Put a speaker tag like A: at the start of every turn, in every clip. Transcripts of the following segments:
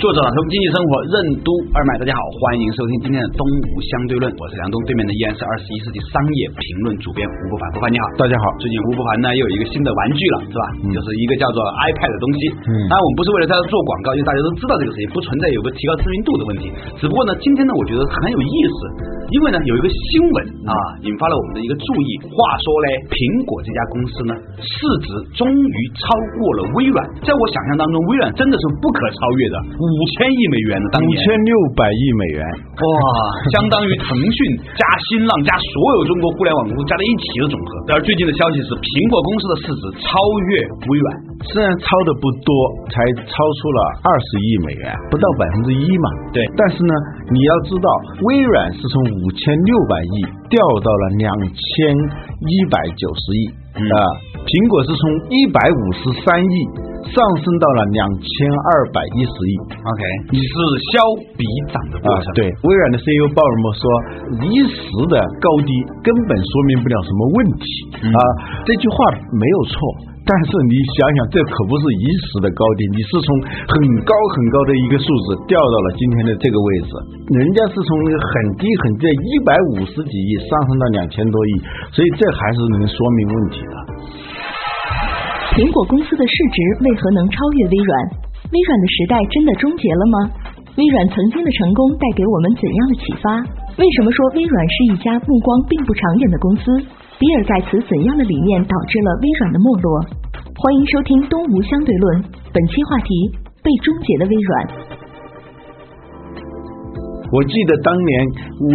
A: 作者打通经济生活任督二脉，大家好，欢迎收听今天的东吴相对论，我是梁东，对面的依然是二十一世纪商业评论主编吴伯凡，伯凡你好。
B: 大家好，
A: 最近吴伯凡呢又有一个新的玩具了，是吧？就是一个叫做 iPad 的东西。
B: 嗯
A: 当然我们不是为了在这做广告，因为大家都知道这个事情，不存在有个提高知名度的问题。只不过呢，今天呢，我觉得很有意思，因为呢有一个新闻啊引发了我们的一个注意。话说嘞，苹果这家公司呢市值终于超过了微软，在我想象当中，微软真的是不可超越的，五千亿美元的当
B: 五
A: 年
B: 千。六百亿美元，
A: 哇，相当于腾讯加新浪加所有中国互联网公司加在一起的总和。而最近的消息是，苹果公司的市值超越微软。
B: 虽然超的不多，才超出了二十亿美元，不到百分之一嘛。
A: 对
B: 但是呢，你要知道，微软是从五千六百亿掉到了两千一百九十亿
A: 嗯
B: 啊、苹果是从一百五十三亿上升到了两千二百一十亿。
A: OK，你是削笔涨的过
B: 啊
A: 程。，
B: 对，微软的 CEO 鲍尔默说，一时的高低根本说明不了什么问题、
A: 嗯
B: 啊，这句话没有错。但是你想想，这可不是一时的高低，你是从很高很高的一个数字掉到了今天的这个位置，人家是从很低很低的一百五十几亿上升到两千多亿，所以这还是能说明问题的。
C: 苹果公司的市值为何能超越微软？微软的时代真的终结了吗？微软曾经的成功带给我们怎样的启发？为什么说微软是一家目光并不长远的公司？比尔盖茨怎样的理念导致了微软的没落？欢迎收听《东吴相对论》，本期话题：被终结的微软。
B: 我记得当年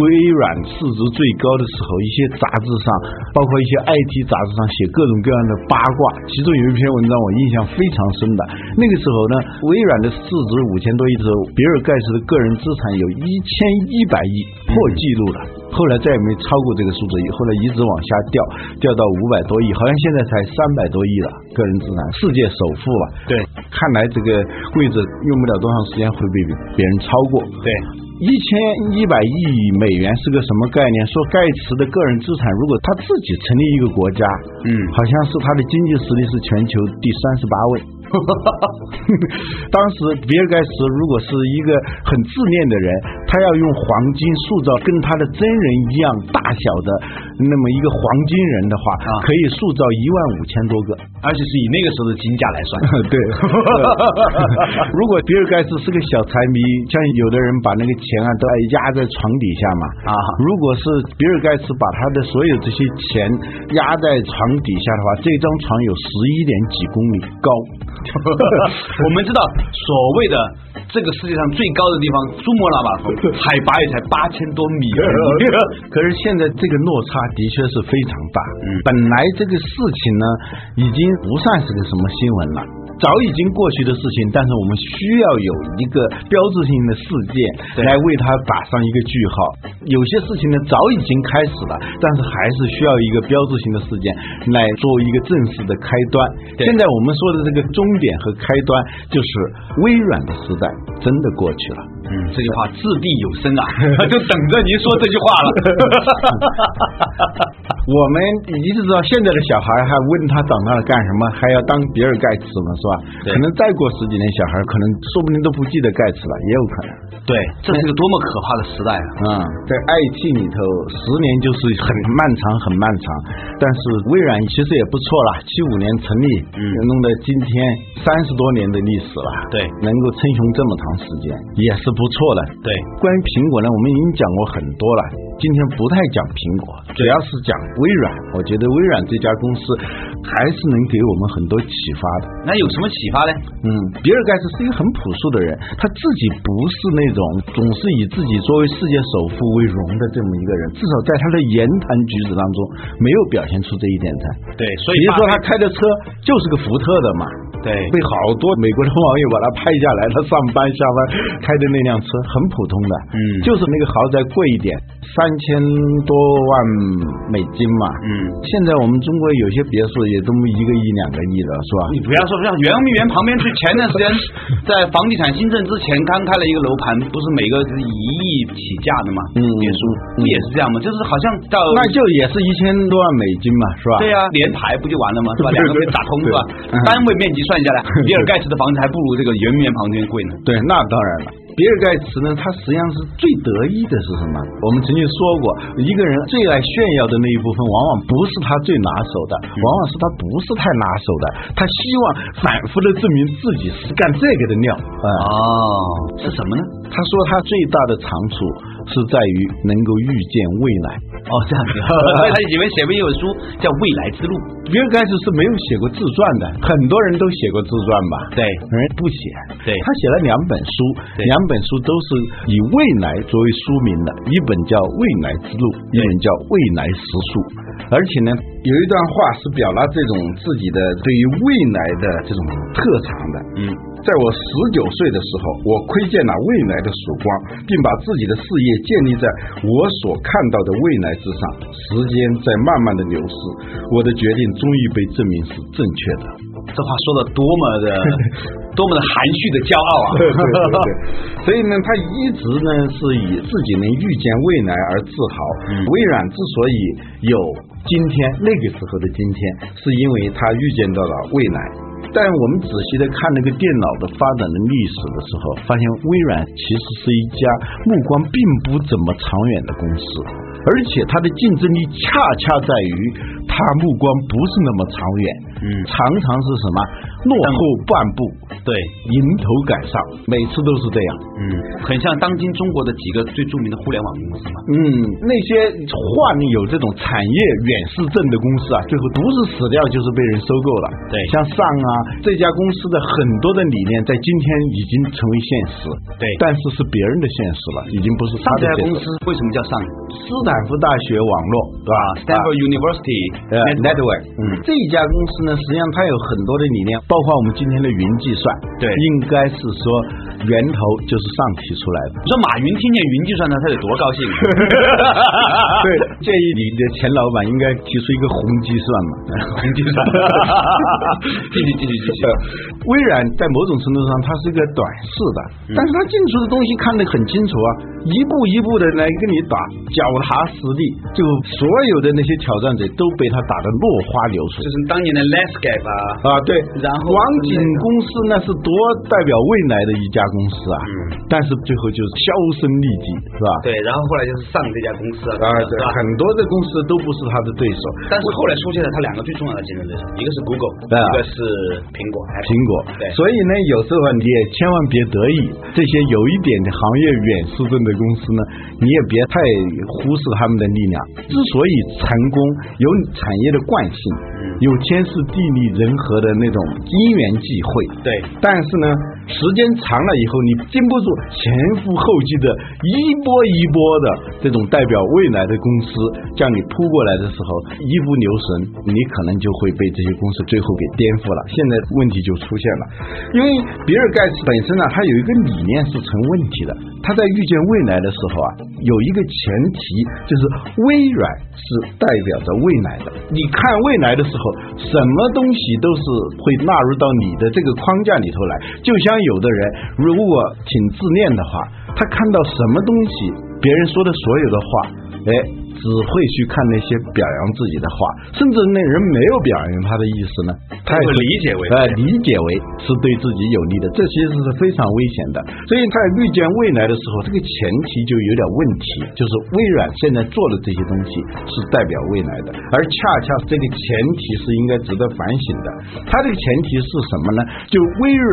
B: 微软市值最高的时候，一些杂志上，包括一些 IT 杂志上写各种各样的八卦，其中有一篇文章我印象非常深的。那个时候呢，微软的市值五千多亿的时候，比尔盖茨的个人资产有一千一百亿，破纪录了。后来再也没超过这个数字，后来一直往下掉，掉到五百多亿，好像现在才三百多亿了，个人资产，世界首富吧。
A: 对，
B: 看来这个位置用不了多长时间会被别人超过。
A: 对，
B: 一千一百亿美元是个什么概念？说盖茨的个人资产，如果他自己成立一个国家，
A: 嗯
B: 好像是他的经济实力是全球第三十八位。 当时比尔盖茨如果是一个很自恋的人，他要用黄金塑造跟他的真人一样大小的那么一个黄金人的话，
A: 啊
B: 可以塑造一万五千多个。
A: 而且是以那个时候的金价来算。
B: 对，如果比尔盖茨是个小财迷，像有的人把那个钱啊都压在床底下嘛，
A: 啊
B: 如果是比尔盖茨把他的所有这些钱压在床底下的话，这张床有十一点几公里高，
A: 我们知道，所谓的这个世界上最高的地方——珠穆朗玛峰， 海拔也才八千多米而已。
B: 可是现在这个落差的确是非常大。
A: 嗯
B: 本来这个事情呢，已经不算是个什么新闻了。早已经过去的事情，但是我们需要有一个标志性的事件来为它打上一个句号。有些事情呢早已经开始了，但是还是需要一个标志性的事件来做一个正式的开端。现在我们说的这个终点和开端，就是微软的时代真的过去了。
A: 嗯，这句话掷地有声啊， 就等着您说这句话了。
B: 我们一直知道现在的小孩还问他长大了干什么，还要当比尔盖茨嘛，是吧？
A: 对
B: 可能再过十几年，小孩可能说不定都不记得盖茨了，也有可能。
A: 对，这是个多么可怕的时代啊！
B: 嗯，在 IT 里头，十年就是很漫长，很漫长。但是微软其实也不错啦，七五年成立，
A: 嗯
B: 弄到今天三十多年的历史了，
A: 对
B: 能够称雄这么长时间，也是不错的。
A: 对，
B: 关于苹果呢，我们已经讲过很多了，今天不太讲苹果，主要是讲微软。我觉得微软这家公司还是能给我们很多启发的。
A: 那有什么启发呢？
B: 嗯，比尔盖茨是一个很朴素的人，他自己不是那种总是以自己作为世界首富为荣的这么一个人，至少在他的言谈举止当中没有表现出这一点来。
A: 对，所
B: 比如说他开的车就是个福特的嘛，
A: 对对
B: 被好多美国的网友把它拍下来，他上班下班开的那辆车很普通的，
A: 嗯
B: 就是那个豪宅贵一点，三千多万美金嘛，
A: 嗯
B: 现在我们中国有些别墅也都一个亿两个亿了，是吧？
A: 你不要说像圆明园旁边，去前段时间在房地产新政之前刚开了一个楼盘，不是每个是一亿起价的吗？
B: 嗯
A: 别墅
B: 嗯
A: 不也是这样吗？就是好像到
B: 那就也是一千多万美金嘛，是吧？
A: 对呀、连排不就完了 吗？是吧？两个被打通是吧
B: 对嗯？
A: 单位面积算下 来，比尔盖茨的房子还不如这个圆明园旁边贵呢。
B: 对，那当然了。比尔盖茨呢，他实际上是最得意的是什么？我们曾经说过，一个人最爱炫耀的那一部分，往往不是他最拿手的，
A: 嗯
B: 往往是他不是太拿手的。他希望反复的证明自己是干这个的料啊、
A: 哦，是什么呢？
B: 他说他最大的长处是在于能够预见未来。
A: 哦，这样子。所以 他以前写过一本书叫《未来之路》。
B: 比尔盖茨是没有写过自传的，很多人都写过自传吧？
A: 对
B: 人不写，
A: 对
B: 他写了两本书，
A: 对
B: 两本书都是以未来作为书名的，一本叫《未来之路》，一本叫《未来时速》。而且呢，有一段话是表达这种自己的对于未来的这种特长的。
A: 嗯，
B: 在我十九岁的时候，我窥见了未来的曙光，并把自己的事业建立在我所看到的未来之上。时间在慢慢的流逝，我的决定终于被证明是正确的。
A: 这话说的多么的 多么的含蓄的骄傲 啊！
B: 对对对对，所以呢，他一直呢是以自己能预见未来而自豪。微软之所以有今天那个时候的今天，是因为他预见到了未来。但我们仔细的看那个电脑的发展的历史的时候，发现微软其实是一家目光并不怎么长远的公司，而且它的竞争力恰恰在于它目光不是那么长远，
A: 嗯
B: 常常是什么落后半步，
A: 对，
B: 迎头赶上，每次都是这样。
A: 嗯，很像当今中国的几个最著名的互联网公司嘛。
B: 嗯，那些患有这种产业远视症的公司啊，最后不是死掉就是被人收购了。
A: 对
B: 像上啊这家公司的很多的理念，在今天已经成为现实。
A: 对
B: 但是是别人的现实了，已经不是
A: 上这
B: 他的
A: 家
B: 现
A: 公
B: 实
A: 司。为什么叫上
B: 斯坦福大学网络，对吧啊
A: Stanford University
B: 呃
A: Network？
B: 嗯，这一家公司呢，实际上它有很多的理念，包括我们今天的云计算，
A: 对
B: 应该是说源头就是上提出来的。
A: 你说马云听见云计算呢，他得多高兴啊！
B: 对，建议 你的前老板应该提出一个宏计算嘛， 宏计算
A: 继续继续继续。
B: 呃微软在某种程度上，它是一个短视的，但是它进出的东西看得很清楚啊，一步一步的来跟你打，脚踏实地，就所有的那些挑战者都被他打得落花流水
A: 就是当年的 Landscape 啊，
B: 啊，对。
A: 然后
B: 网景公司那是多代表未来的一家公司啊，但是最后就是销声匿迹，是吧？
A: 对，然后后来就是上这家公司啊，
B: 啊，对
A: 是吧，
B: 很多的公司都不是他的对手，
A: 但是后来出现了他两个最重要的竞争对手，一个是 Google，
B: 对啊
A: 一个是苹果。
B: 苹果
A: 对。
B: 所以呢，有时候你也千万别得意，这些有一点行业远视症的公司呢，你也别太忽视他们的力量。之所以成功，有产业的惯性，有天时地利人和的那种因缘际会。
A: 对
B: 但是呢，时间长了以后，你经不住前赴后继的一波一波的这种代表未来的公司向你扑过来的时候，一不留神，你可能就会被这些公司最后给颠覆了。现在问题就出现了，因为比尔盖茨本身呢，他有一个理念是成问题的。他在预见未来的时候啊，有一个前提，就是微软是代表着未来的。你看未来的时候，什么东西都是会纳入到你的这个框架里头来。就像有的人如果挺自恋的话，他看到什么东西，别人说的所有的话，哎。只会去看那些表扬自己的话，甚至那人没有表扬他的意思呢，他也
A: 会理解为
B: 呃理解为是对自己有利的，这其实是非常危险的。所以在预见未来的时候，这个前提就有点问题，就是微软现在做的这些东西是代表未来的，而恰恰这个前提是应该值得反省的。它这个前提是什么呢？就微软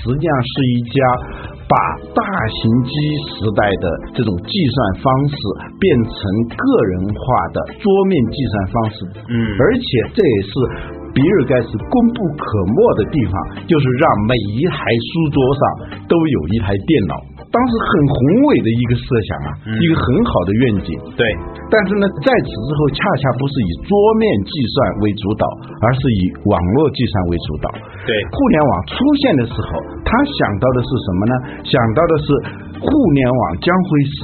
B: 实际上是一家。把大型机时代的这种计算方式变成个人化的桌面计算方式，
A: 嗯
B: 而且这也是比尔盖茨功不可没的地方，就是让每一台书桌上都有一台电脑。当时很宏伟的一个设想啊，
A: 嗯
B: 一个很好的愿景。
A: 对，
B: 但是呢，在此之后，恰恰不是以桌面计算为主导，而是以网络计算为主导。
A: 对
B: 互联网出现的时候，他想到的是什么呢？想到的是互联网将会使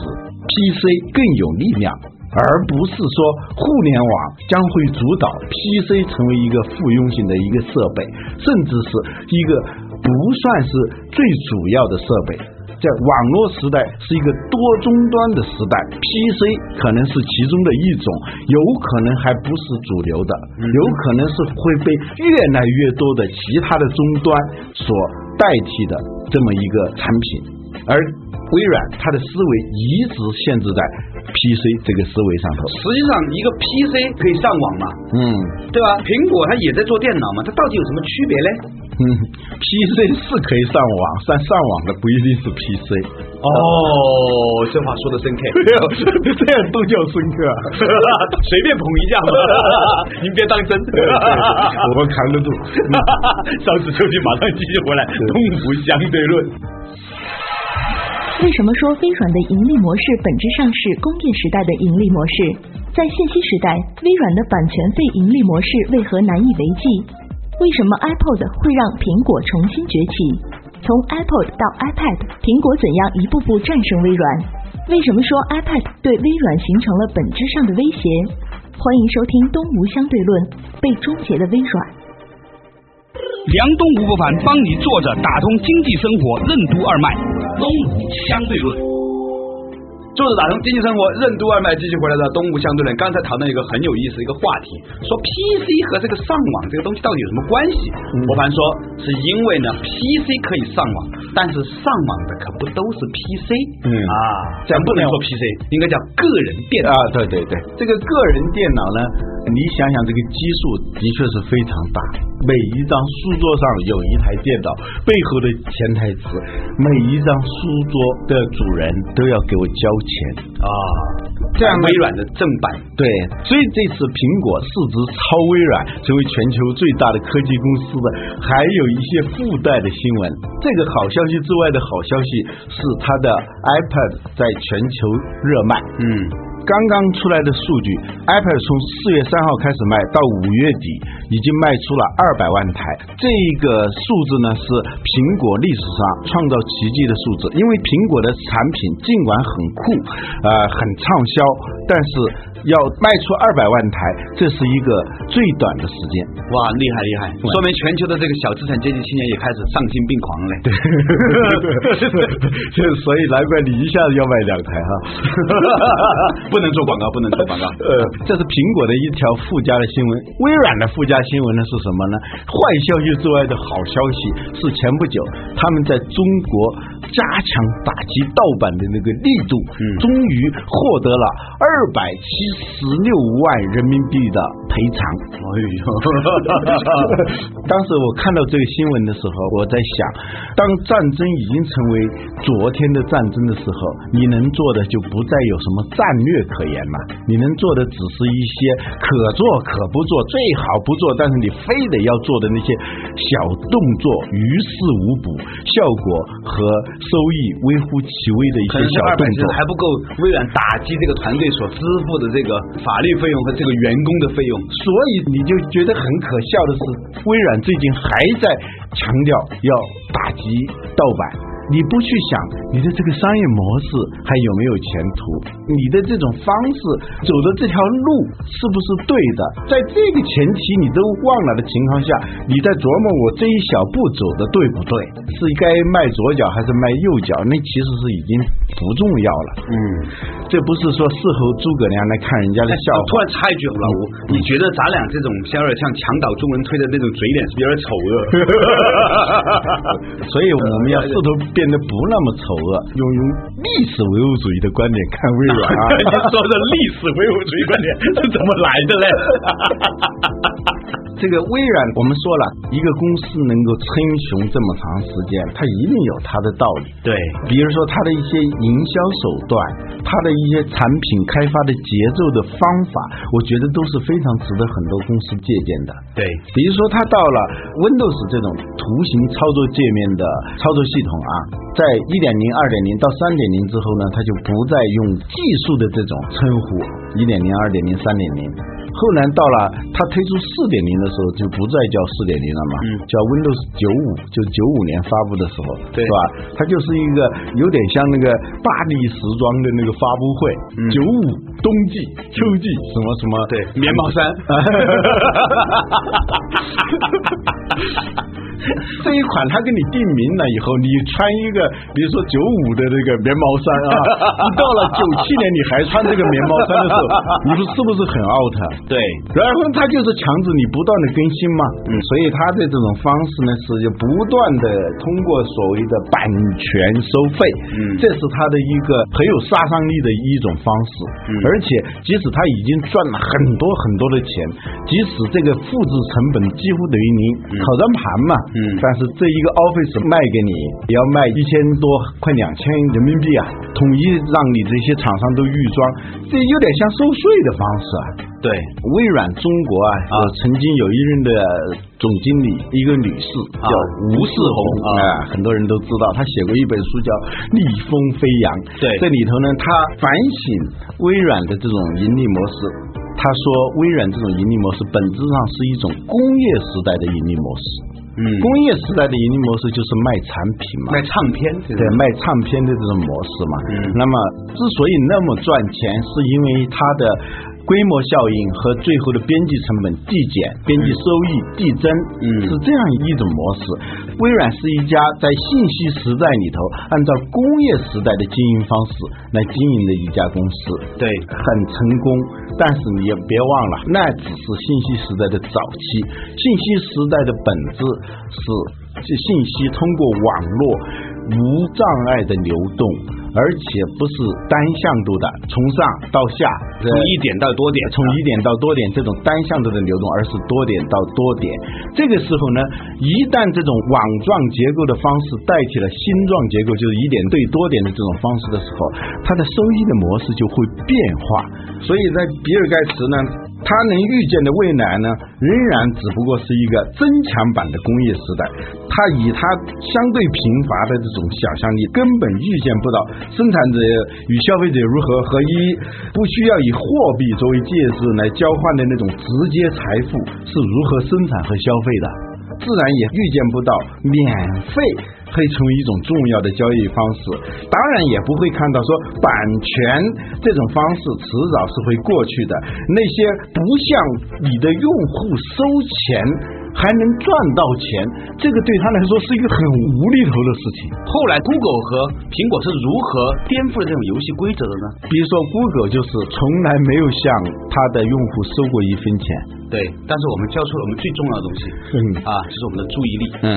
B: PC 更有力量，而不是说互联网将会主导 PC 成为一个附庸性的一个设备，甚至是一个不算是最主要的设备。在网络时代是一个多终端的时代，PC 可能是其中的一种，有可能还不是主流的，有可能是会被越来越多的其他的终端所代替的这么一个产品。而微软它的思维一直限制在 PC 这个思维上头。
A: 实际上一个 PC 可以上网嘛，
B: 嗯
A: 对吧？苹果它也在做电脑嘛，它到底有什么区别嘞？
B: 嗯，PC 是可以上网，但上网的不一定是 PC。
A: 哦，这话说的深刻。
B: 啊这样都叫深刻 啊、
A: 随便捧一下 嘛，您别当 真。
B: 我们扛 得住。
A: 上次出去马上继续回来，
B: 嗯
A: 东湖相对论。
C: 为什么说微软的盈利模式本质上是工业时代的盈利模式？在信息时代，微软的版权费盈利模式为何难以为继？为什么 iPod 会让苹果重新崛起？从 iPod 到 iPad，苹果怎样一步步战胜微软？为什么说 iPad 对微软形成了本质上的威胁？欢迎收听《东吴相对论：被终结的微软》。
D: 梁东吴不凡帮你坐着打通经济生活任督二脉，东吴相对论。
A: 作者打通经济生活任督二脉，继续回来的东吴相对论。刚才谈到一个很有意思的一个话题，说 PC 和这个上网这个东西到底有什么关系？我凡说是因为呢，PC 可以上网，但是上网的可不都是 PC，
B: 嗯
A: 啊，咱不能说 PC，应该叫个人电脑
B: 啊，对对对，这个个人电脑呢，你想想这个基数的确是非常大，每一张书桌上有一台电脑，背后的潜台词，每一张书桌的主人都要给我交钱。
A: 啊，
B: 这样呢
A: 微软的正版
B: 对，所以这次苹果市值超微软，成为全球最大的科技公司的，还有一些附带的新闻。这个好消息之外的好消息是，它的 iPad 在全球热卖。嗯。刚刚出来的数据，iPad 从四月三号开始卖，到五月底已经卖出了二百万台。这个数字呢是苹果历史上创造奇迹的数字，因为苹果的产品尽管很酷，呃，很畅销，但是要卖出二百万台，这是一个最短的时 间。
A: 哇，厉害厉害！说明全球的这个小资产阶级青年也开始丧心病狂了。对，
B: 就所以难怪你一下子要卖两台哈、
A: 不能做广告，不能做广告。
B: 呃，这是苹果的一条附加的新闻。微软的附加新闻呢是什么呢？坏消息之外的好消息是前不久他们在中国加强打击盗版的那个力度，
A: 嗯
B: 终于获得了二百七十六万人民币的赔偿。哎呦！ 当时我看到这个新闻的时候，我在想，当战争已经成为昨天的战争的时候，你能做的就不再有什么战略可言了，你能做的只是一些可做可不做，最好不做，但是你非得要做的那些小动作，于事无补，效果和收益微乎其微的一些
A: 可能是
B: 小
A: 二
B: 动
A: 百其
B: 作
A: 实。还不够微软打击这个团队所支付的这个法律费用和这个员工的费用。
B: 所以你就觉得很可笑的是，微软最近还在强调要打击盗版。你不去想你的这个商业模式还有没有前途，你的这种方式走的这条路是不是对的？在这个前提你都忘了的情况下，你在琢磨我这一小步走的对不对？是该迈左脚还是迈右脚？那其实是已经不重要了。嗯，这不是说事后诸葛亮来看人家
A: 哎
B: 的笑话
A: 突。然插一句，老吴，你觉得咱俩这种像有点像墙倒众人推的那种嘴脸，是不是有点丑 恶？
B: 所以我们要试图变得不那么丑恶，用用历史唯物主义的观点看微软啊。
A: 说的历史唯物主义观点是怎么来的嘞？
B: 这个微软，我们说了一个公司能够称雄这么长时间，它一定有它的道理。
A: 对，
B: 比如说它的一些营销手段，它的一些产品开发的节奏的方法，我觉得都是非常值得很多公司借鉴的。
A: 对，
B: 比如说，它到了 Windows 这种图形操作界面的操作系统啊，在一点零、二点零到三点零之后呢，它就不再用技术的这种称呼，一点零、二点零、三点零。后来到了它推出四点零的时候，就不再叫四点零了嘛，
A: 嗯
B: 叫 Windows 九五，就九五年发布的时候，
A: 对
B: 是吧？它就是一个有点像那个大地时装的那个发布会
A: 嗯，
B: 九五、冬季、秋季什么什么，
A: 对棉毛衫
B: 这一款它给你定名了以后，你穿一个比如说九五的这个棉毛衫 啊，你到了九七年你还穿这个棉毛衫的时候，你说是不是很 out？
A: 对，
B: 然后它就是强制你不断的更新嘛，
A: 嗯
B: 所以它的这种方式呢是不断的通过所谓的版权收费，
A: 嗯
B: 这是它的一个很有杀伤力的一种方式，
A: 嗯
B: 而且即使它已经赚了很多很多的钱，即使这个复制成本几乎等于零，烤张盘嘛，
A: 嗯
B: 但是这一个 Office 卖给你也要卖一千多，快两千人民币啊，统一让你这些厂商都预装，这有点像收税的方式啊。
A: 对，
B: 微软中国啊，啊曾经有一任的总经理，一个女士
A: 啊
B: 叫吴世红
A: 啊
B: 很多人都知道，她写过一本书叫《逆风飞扬》。
A: 对
B: 这里头呢，她反省微软的这种盈利模式。她说，微软这种盈利模式本质上是一种工业时代的盈利模式。
A: 嗯，
B: 工业时代的盈利模式就是卖产品嘛，
A: 卖唱片，对
B: 对卖唱片的这种模式嘛。
A: 嗯
B: 那么之所以那么赚钱，是因为它的规模效应和最后的编辑成本递减、编辑收益递增，
A: 嗯
B: 是这样一种模式。微软是一家在信息时代里头按照工业时代的经营方式来经营的一家公司。
A: 对，
B: 很成功，但是你也别忘了，那只是信息时代的早期。信息时代的本质是这信息通过网络无障碍的流动，而且不是单向度的，从上到下，
A: 从一点到多点，
B: 从一点到多点这种单向度的流动，而是多点到多点。这个时候呢，一旦这种网状结构的方式代替了星状结构，就是一点对多点的这种方式的时候，它的收益的模式就会变化。所以在比尔盖茨呢，他能预见的未来呢，仍然只不过是一个增强版的工业时代。他以他相对贫乏的这种想象力，根本预见不到生产者与消费者如何合一，不需要以货币作为介质来交换的那种直接财富是如何生产和消费的，自然也预见不到免费。会成为一种重要的交易方式，当然也不会看到说版权这种方式迟早是会过去的。那些不向你的用户收钱还能赚到钱，这个对他来说是一个很无厘头的事情。
A: 后来 Google 和苹果是如何颠覆了这种游戏规则的呢？
B: 比如说，Google 就是从来没有向他的用户收过一分钱。
A: 对，但是我们交出了我们最重要的东西，
B: 嗯
A: 啊，就是我们的注意力。
B: 嗯，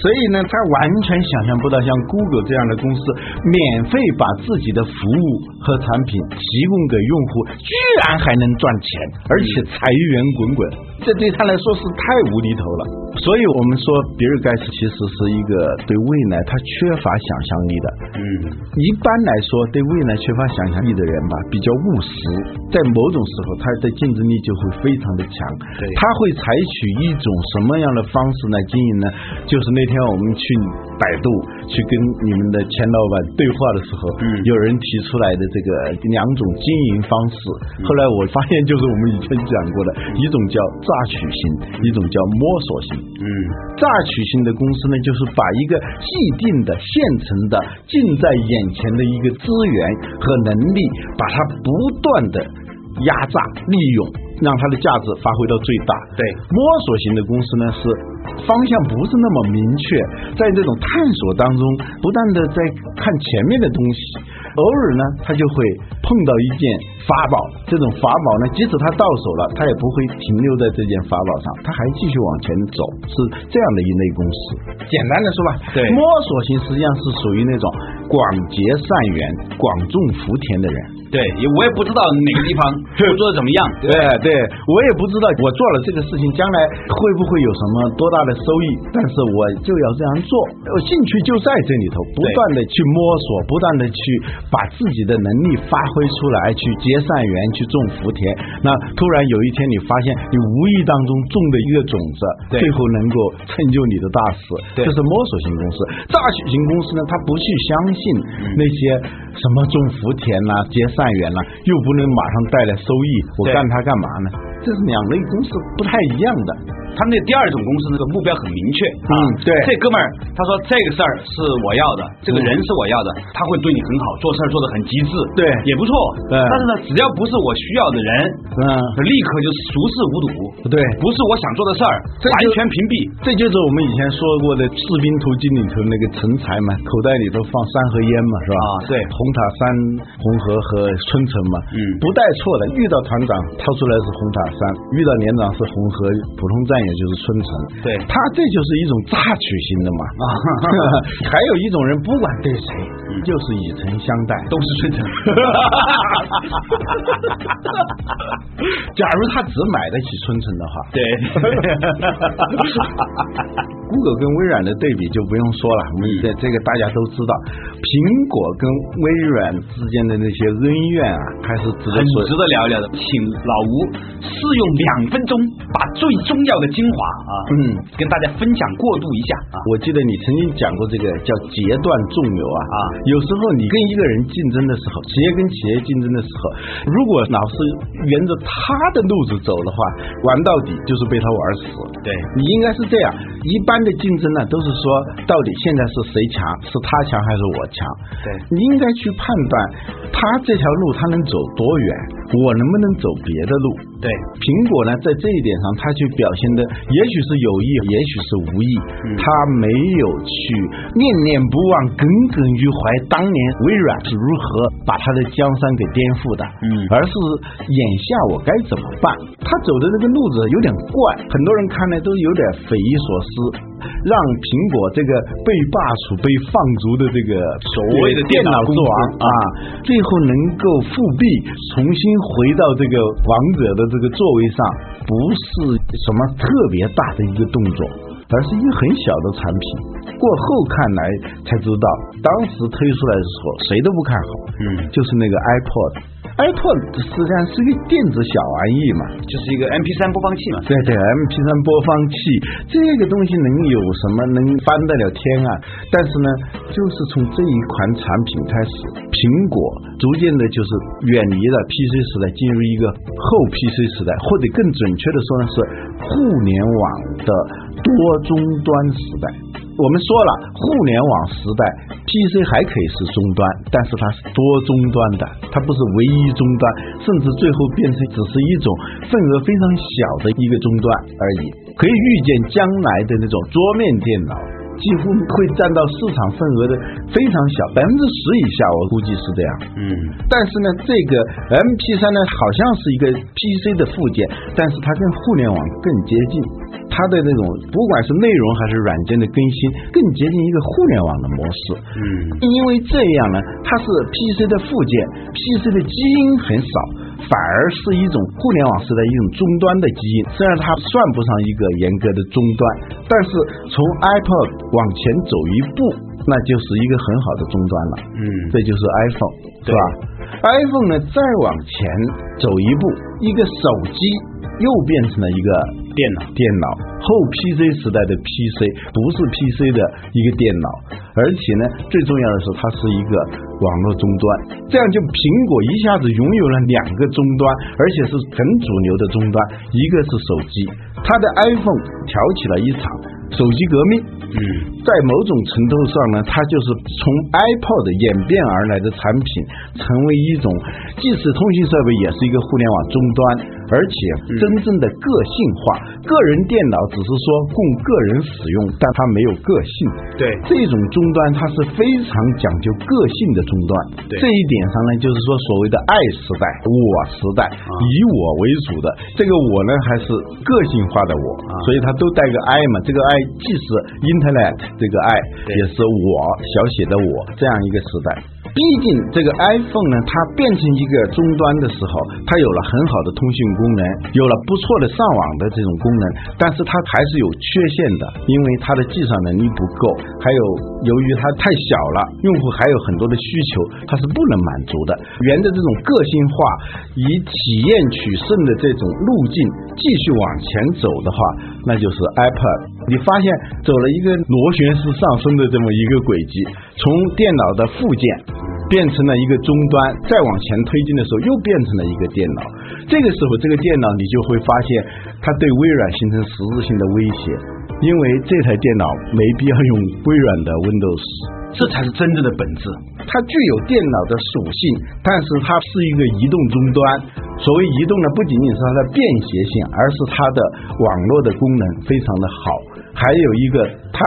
B: 所以呢，他完全想象不到像 Google 这样的公司，免费把自己的服务和产品提供给用户，居然还能赚钱，而且财源滚滚，这对他来说是太无厘头了。所以我们说，比尔盖茨其实是一个对未来他缺乏想象力的，
A: 嗯，
B: 一般来说，对未来缺乏想象力的人吧，比较务实，在某种时候，他的竞争力就会非常的强
A: 对。
B: 他会采取一种什么样的方式来经营呢？就是那天我们去百度去跟你们的钱老板对话的时候，
A: 嗯
B: 有人提出来的这个两种经营方式。
A: 嗯
B: 后来我发现，就是我们以前讲过的，一种叫榨取型，一种叫摸索型。
A: 嗯，
B: 榨取型的公司呢，就是把一个既定的、现成的、近在眼前的一个资源和能力，把它不断的压榨、利用，让它的价值发挥到最大。
A: 对
B: 摸索型的公司呢是。方向不是那么明确，在这种探索当中，不断的在看前面的东西，偶尔呢，他就会碰到一件法宝。这种法宝呢，即使他到手了，他也不会停留在这件法宝上，他还继续往前走，是这样的一类公司。简单的说吧，
A: 对
B: 摸索型实际上是属于那种广结善缘、广种福田的人。
A: 对，也我也不知道哪个地方我做的怎么样，
B: 对对，我也不知道我做了这个事情将来会不会有什么多大的收益，但是我就要这样做，呃兴趣就在这里头，不断的去摸索，不断的去把自己的能力发挥出来，去结善缘，去种福田。那突然有一天你发现你无意当中种的一个种子，
A: 对
B: 最后能够成就你的大事，
A: 对
B: 这是摸索型公司。榨取型公司呢，它不去相信那些什么种福田啦、结善缘啦，又不能马上带来收益，我
A: 对
B: 干它干嘛呢？这是两类公司不太一样的。
A: 他们那第二种公司那个目标很明确，啊
B: 嗯对嗯
A: 这哥们儿他说这个事儿是我要的，这个人是我要的，他会对你很好，做事儿做的很极致，
B: 对
A: 也不错。
B: 嗯
A: 但是呢，只要不是我需要的人，
B: 嗯
A: 立刻就熟视无睹。
B: 对
A: 不是我想做的事儿，
B: 这
A: 完
B: 就
A: 全屏蔽。
B: 这就是我们以前说过的《士兵突击》里头那个成才嘛，口袋里头放三盒烟嘛，是吧？
A: 啊对
B: 红塔山、红河和春城嘛，
A: 嗯
B: 不带错的。遇到团长掏出来是红塔山，遇到连长是红河，普通战友就是春城。
A: 对
B: 他这就是一种榨取型的嘛。啊， 还有一种人，不管对谁，就是以诚相待，
A: 嗯都是春城，
B: 假如他只买得起春城的话，
A: 对
B: 谷歌跟微软的对比就不用说了，我们这这个大家都知道，苹果跟微软之间的那些恩怨啊，还是值得
A: 很
B: 说。
A: 值得聊一聊的。 请老吴试用两分钟，把最重要的精华啊，
B: 嗯
A: 跟大家分享过渡一下啊。
B: 我记得你曾经讲过这个叫截断众流啊
A: 啊
B: 有时候你跟一个人竞争的时候，企业跟企业竞争的时候，如果老是沿着他的路子走的话，玩到底就是被他玩死。
A: 对
B: 你应该是这样，一般的竞争呢都是说到底现在是谁强，是他强还是我强？
A: 对
B: 你应该去判断他这条路他能走多远，我能不能走别的路？
A: 对，
B: 苹果呢，在这一点上，它去表现的也许是有意，也许是无意，
A: 嗯
B: 它没有去念念不忘、耿耿于怀当年微软是如何把它的江山给颠覆的，
A: 嗯
B: 而是眼下我该怎么办？他走的那个路子有点怪，很多人看来都有点匪夷所思，让苹果这个被霸主、被放逐的这个所
A: 谓的
B: 电
A: 电脑
B: 之
A: 公
B: 王
A: 司
B: 啊，最后能够复辟，重新回到这个王者的这个座位上，不是什么特别大的一个动作，而是一个很小的产品。过后看来才知道，当时推出来的时候谁都不看好，
A: 嗯
B: 就是那个 iPod。iPod 实际上是个电子小玩意嘛，
A: 就是一个 MP 三播放器嘛。
B: 对对，MP 三播放器这个东西能有什么能翻得了天啊？但是呢，就是从这一款产品开始，苹果逐渐的就是远离了 PC 时代，进入一个后 PC 时代，或者更准确的说呢是互联网的多终端时代。我们说了，互联网时代，PC 还可以是终端，但是它是多终端的，它不是唯一终端，甚至最后变成只是一种份额非常小的一个终端而已。可以预见将来的那种桌面电脑。几乎会占到市场份额的非常小，百分之十以下，我估计是这样。
A: 嗯，
B: 但是呢，这个 MP 三呢，好像是一个 PC 的附件，但是它跟互联网更接近，它的那种不管是内容还是软件的更新，更接近一个互联网的模式。
A: 嗯，
B: 因为这样呢，它是 PC 的附件，PC 的基因很少，反而是一种互联网时代一种终端的基因。虽然它算不上一个严格的终端，但是从 iPod 往前走一步，那就是一个很好的终端了。
A: 嗯
B: 这就是 iPhone，是
A: 对
B: 吧？iPhone 呢，再往前走一步，一个手机又变成了一个
A: 电脑
B: 电脑，后 PC 时代的 PC 不是 PC 的一个电脑，而且呢，最重要的是它是一个网络终端，这样就苹果一下子拥有了两个终端，而且是很主流的终端，一个是手机，它的 iPhone 挑起了一场手机革命，
A: 嗯，
B: 在某种程度上呢，它就是从 iPod 演变而来的产品，成为一种既是通信设备，也是一个互联网终端，而且真正的个性化。个人电脑只是说供个人使用，但它没有个性。
A: 对
B: 这种终端它是非常讲究个性的终端。
A: 对
B: 这一点上呢，就是说所谓的爱时代、我时代，
A: 啊
B: 以我为主的这个我呢，还是个性化的我，
A: 啊
B: 所以它都带个 I 嘛。这个 I 既是 Internet 这个 I，
A: 对
B: 也是我小写的我这样一个时代。毕竟这个 iPhone 呢，它变成一个终端的时候，它有了很好的通讯功能，有了不错的上网的这种功能，但是它还是有缺陷的，因为它的计算能力不够，还有由于它太小了，用户还有很多的需求，它是不能满足的。沿着这种个性化、以体验取胜的这种路径继续往前走的话，那就是 iPad。你发现走了一个螺旋式上升的这么一个轨迹，从电脑的附件变成了一个终端，再往前推进的时候，又变成了一个电脑。这个时候，这个电脑你就会发现，它对微软形成实质性的威胁，因为这台电脑没必要用微软的 Windows，
A: 这才是真正的本质。
B: 它具有电脑的属性，但是它是一个移动终端。所谓移动呢，不仅仅是它的便携性，而是它的网络的功能非常的好，还有一个它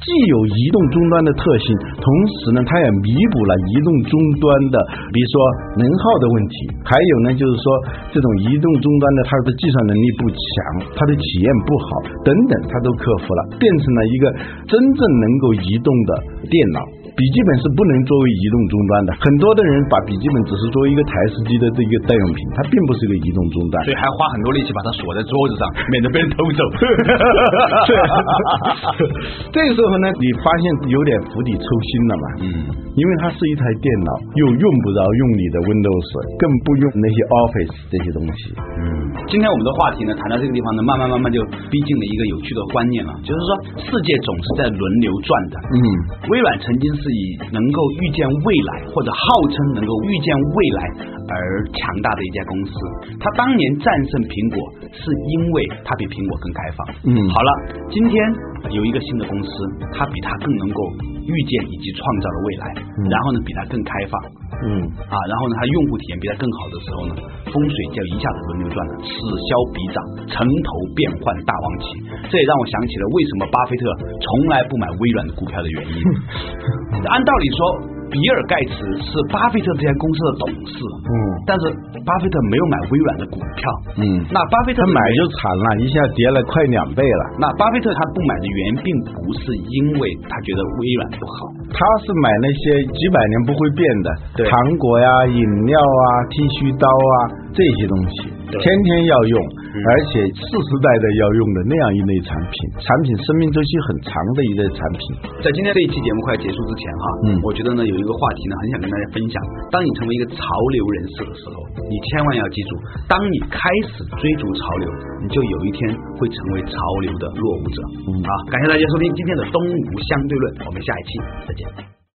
B: 既有移动终端的特性，同时呢，它也弥补了移动终端的，比如说能耗的问题，还有呢，就是说这种移动终端的它的计算能力不强，它的体验不好等等，它都克服了，变成了一个真正能够移动的电脑。笔记本是不能作为移动终端的，很多的人把笔记本只是作为一个台式机的这个代用品，它并不是一个移动终端。
A: 所以还花很多力气把它锁在桌子上，免得被人偷 走。
B: 这个时候呢，你发现有点釜底抽薪了嘛？嗯，因为它是一台电脑，又用不着用你的 Windows，更不用那些 Office 这些东西。
A: 今天我们的话题呢，谈到这个地方呢，慢慢慢慢就逼近了一个有趣的观念了，就是说世界总是在轮流转的。
B: 嗯，
A: 微软曾经是以能够预见未来，或者号称能够预见未来而强大的一家公司。它当年战胜苹果，是因为它比苹果更开放。
B: 嗯
A: 好了，今天有一个新的公司，它比它更能够预见以及创造了未来，然后呢，比它更开放。
B: 嗯，
A: 啊，然后呢，它用户体验比它更好的时候呢，风水就一下子轮流转了，此消彼长，城头变换大王旗。这也让我想起了为什么巴菲特从来不买微软的股票的原因。按道理说，比尔盖茨是巴菲特这家公司的董事，嗯但是巴菲特没有买微软的股票，
B: 嗯
A: 那巴菲特
B: 他
A: 的
B: 买
A: 原
B: 就惨了，一下跌了快两倍了。
A: 那巴菲特他不买的原因，并不是因为他觉得微软不好，
B: 他是买那些几百年不会变的
A: 对
B: 糖果呀、饮料啊、剃须刀啊这些东西，天天要用，而且世世代代要用的那样一类产品，产品生命周期很长的一类产品。
A: 在今天这一期节目快结束之前哈、
B: 嗯
A: 我觉得呢有一个话题呢很想跟大家分享。当你成为一个潮流人士的时候，你千万要记住，当你开始追逐潮流，你就有一天会成为潮流的落伍者。
B: 嗯
A: 好，感谢大家收听今天的东吴相对论，我们下一期再见。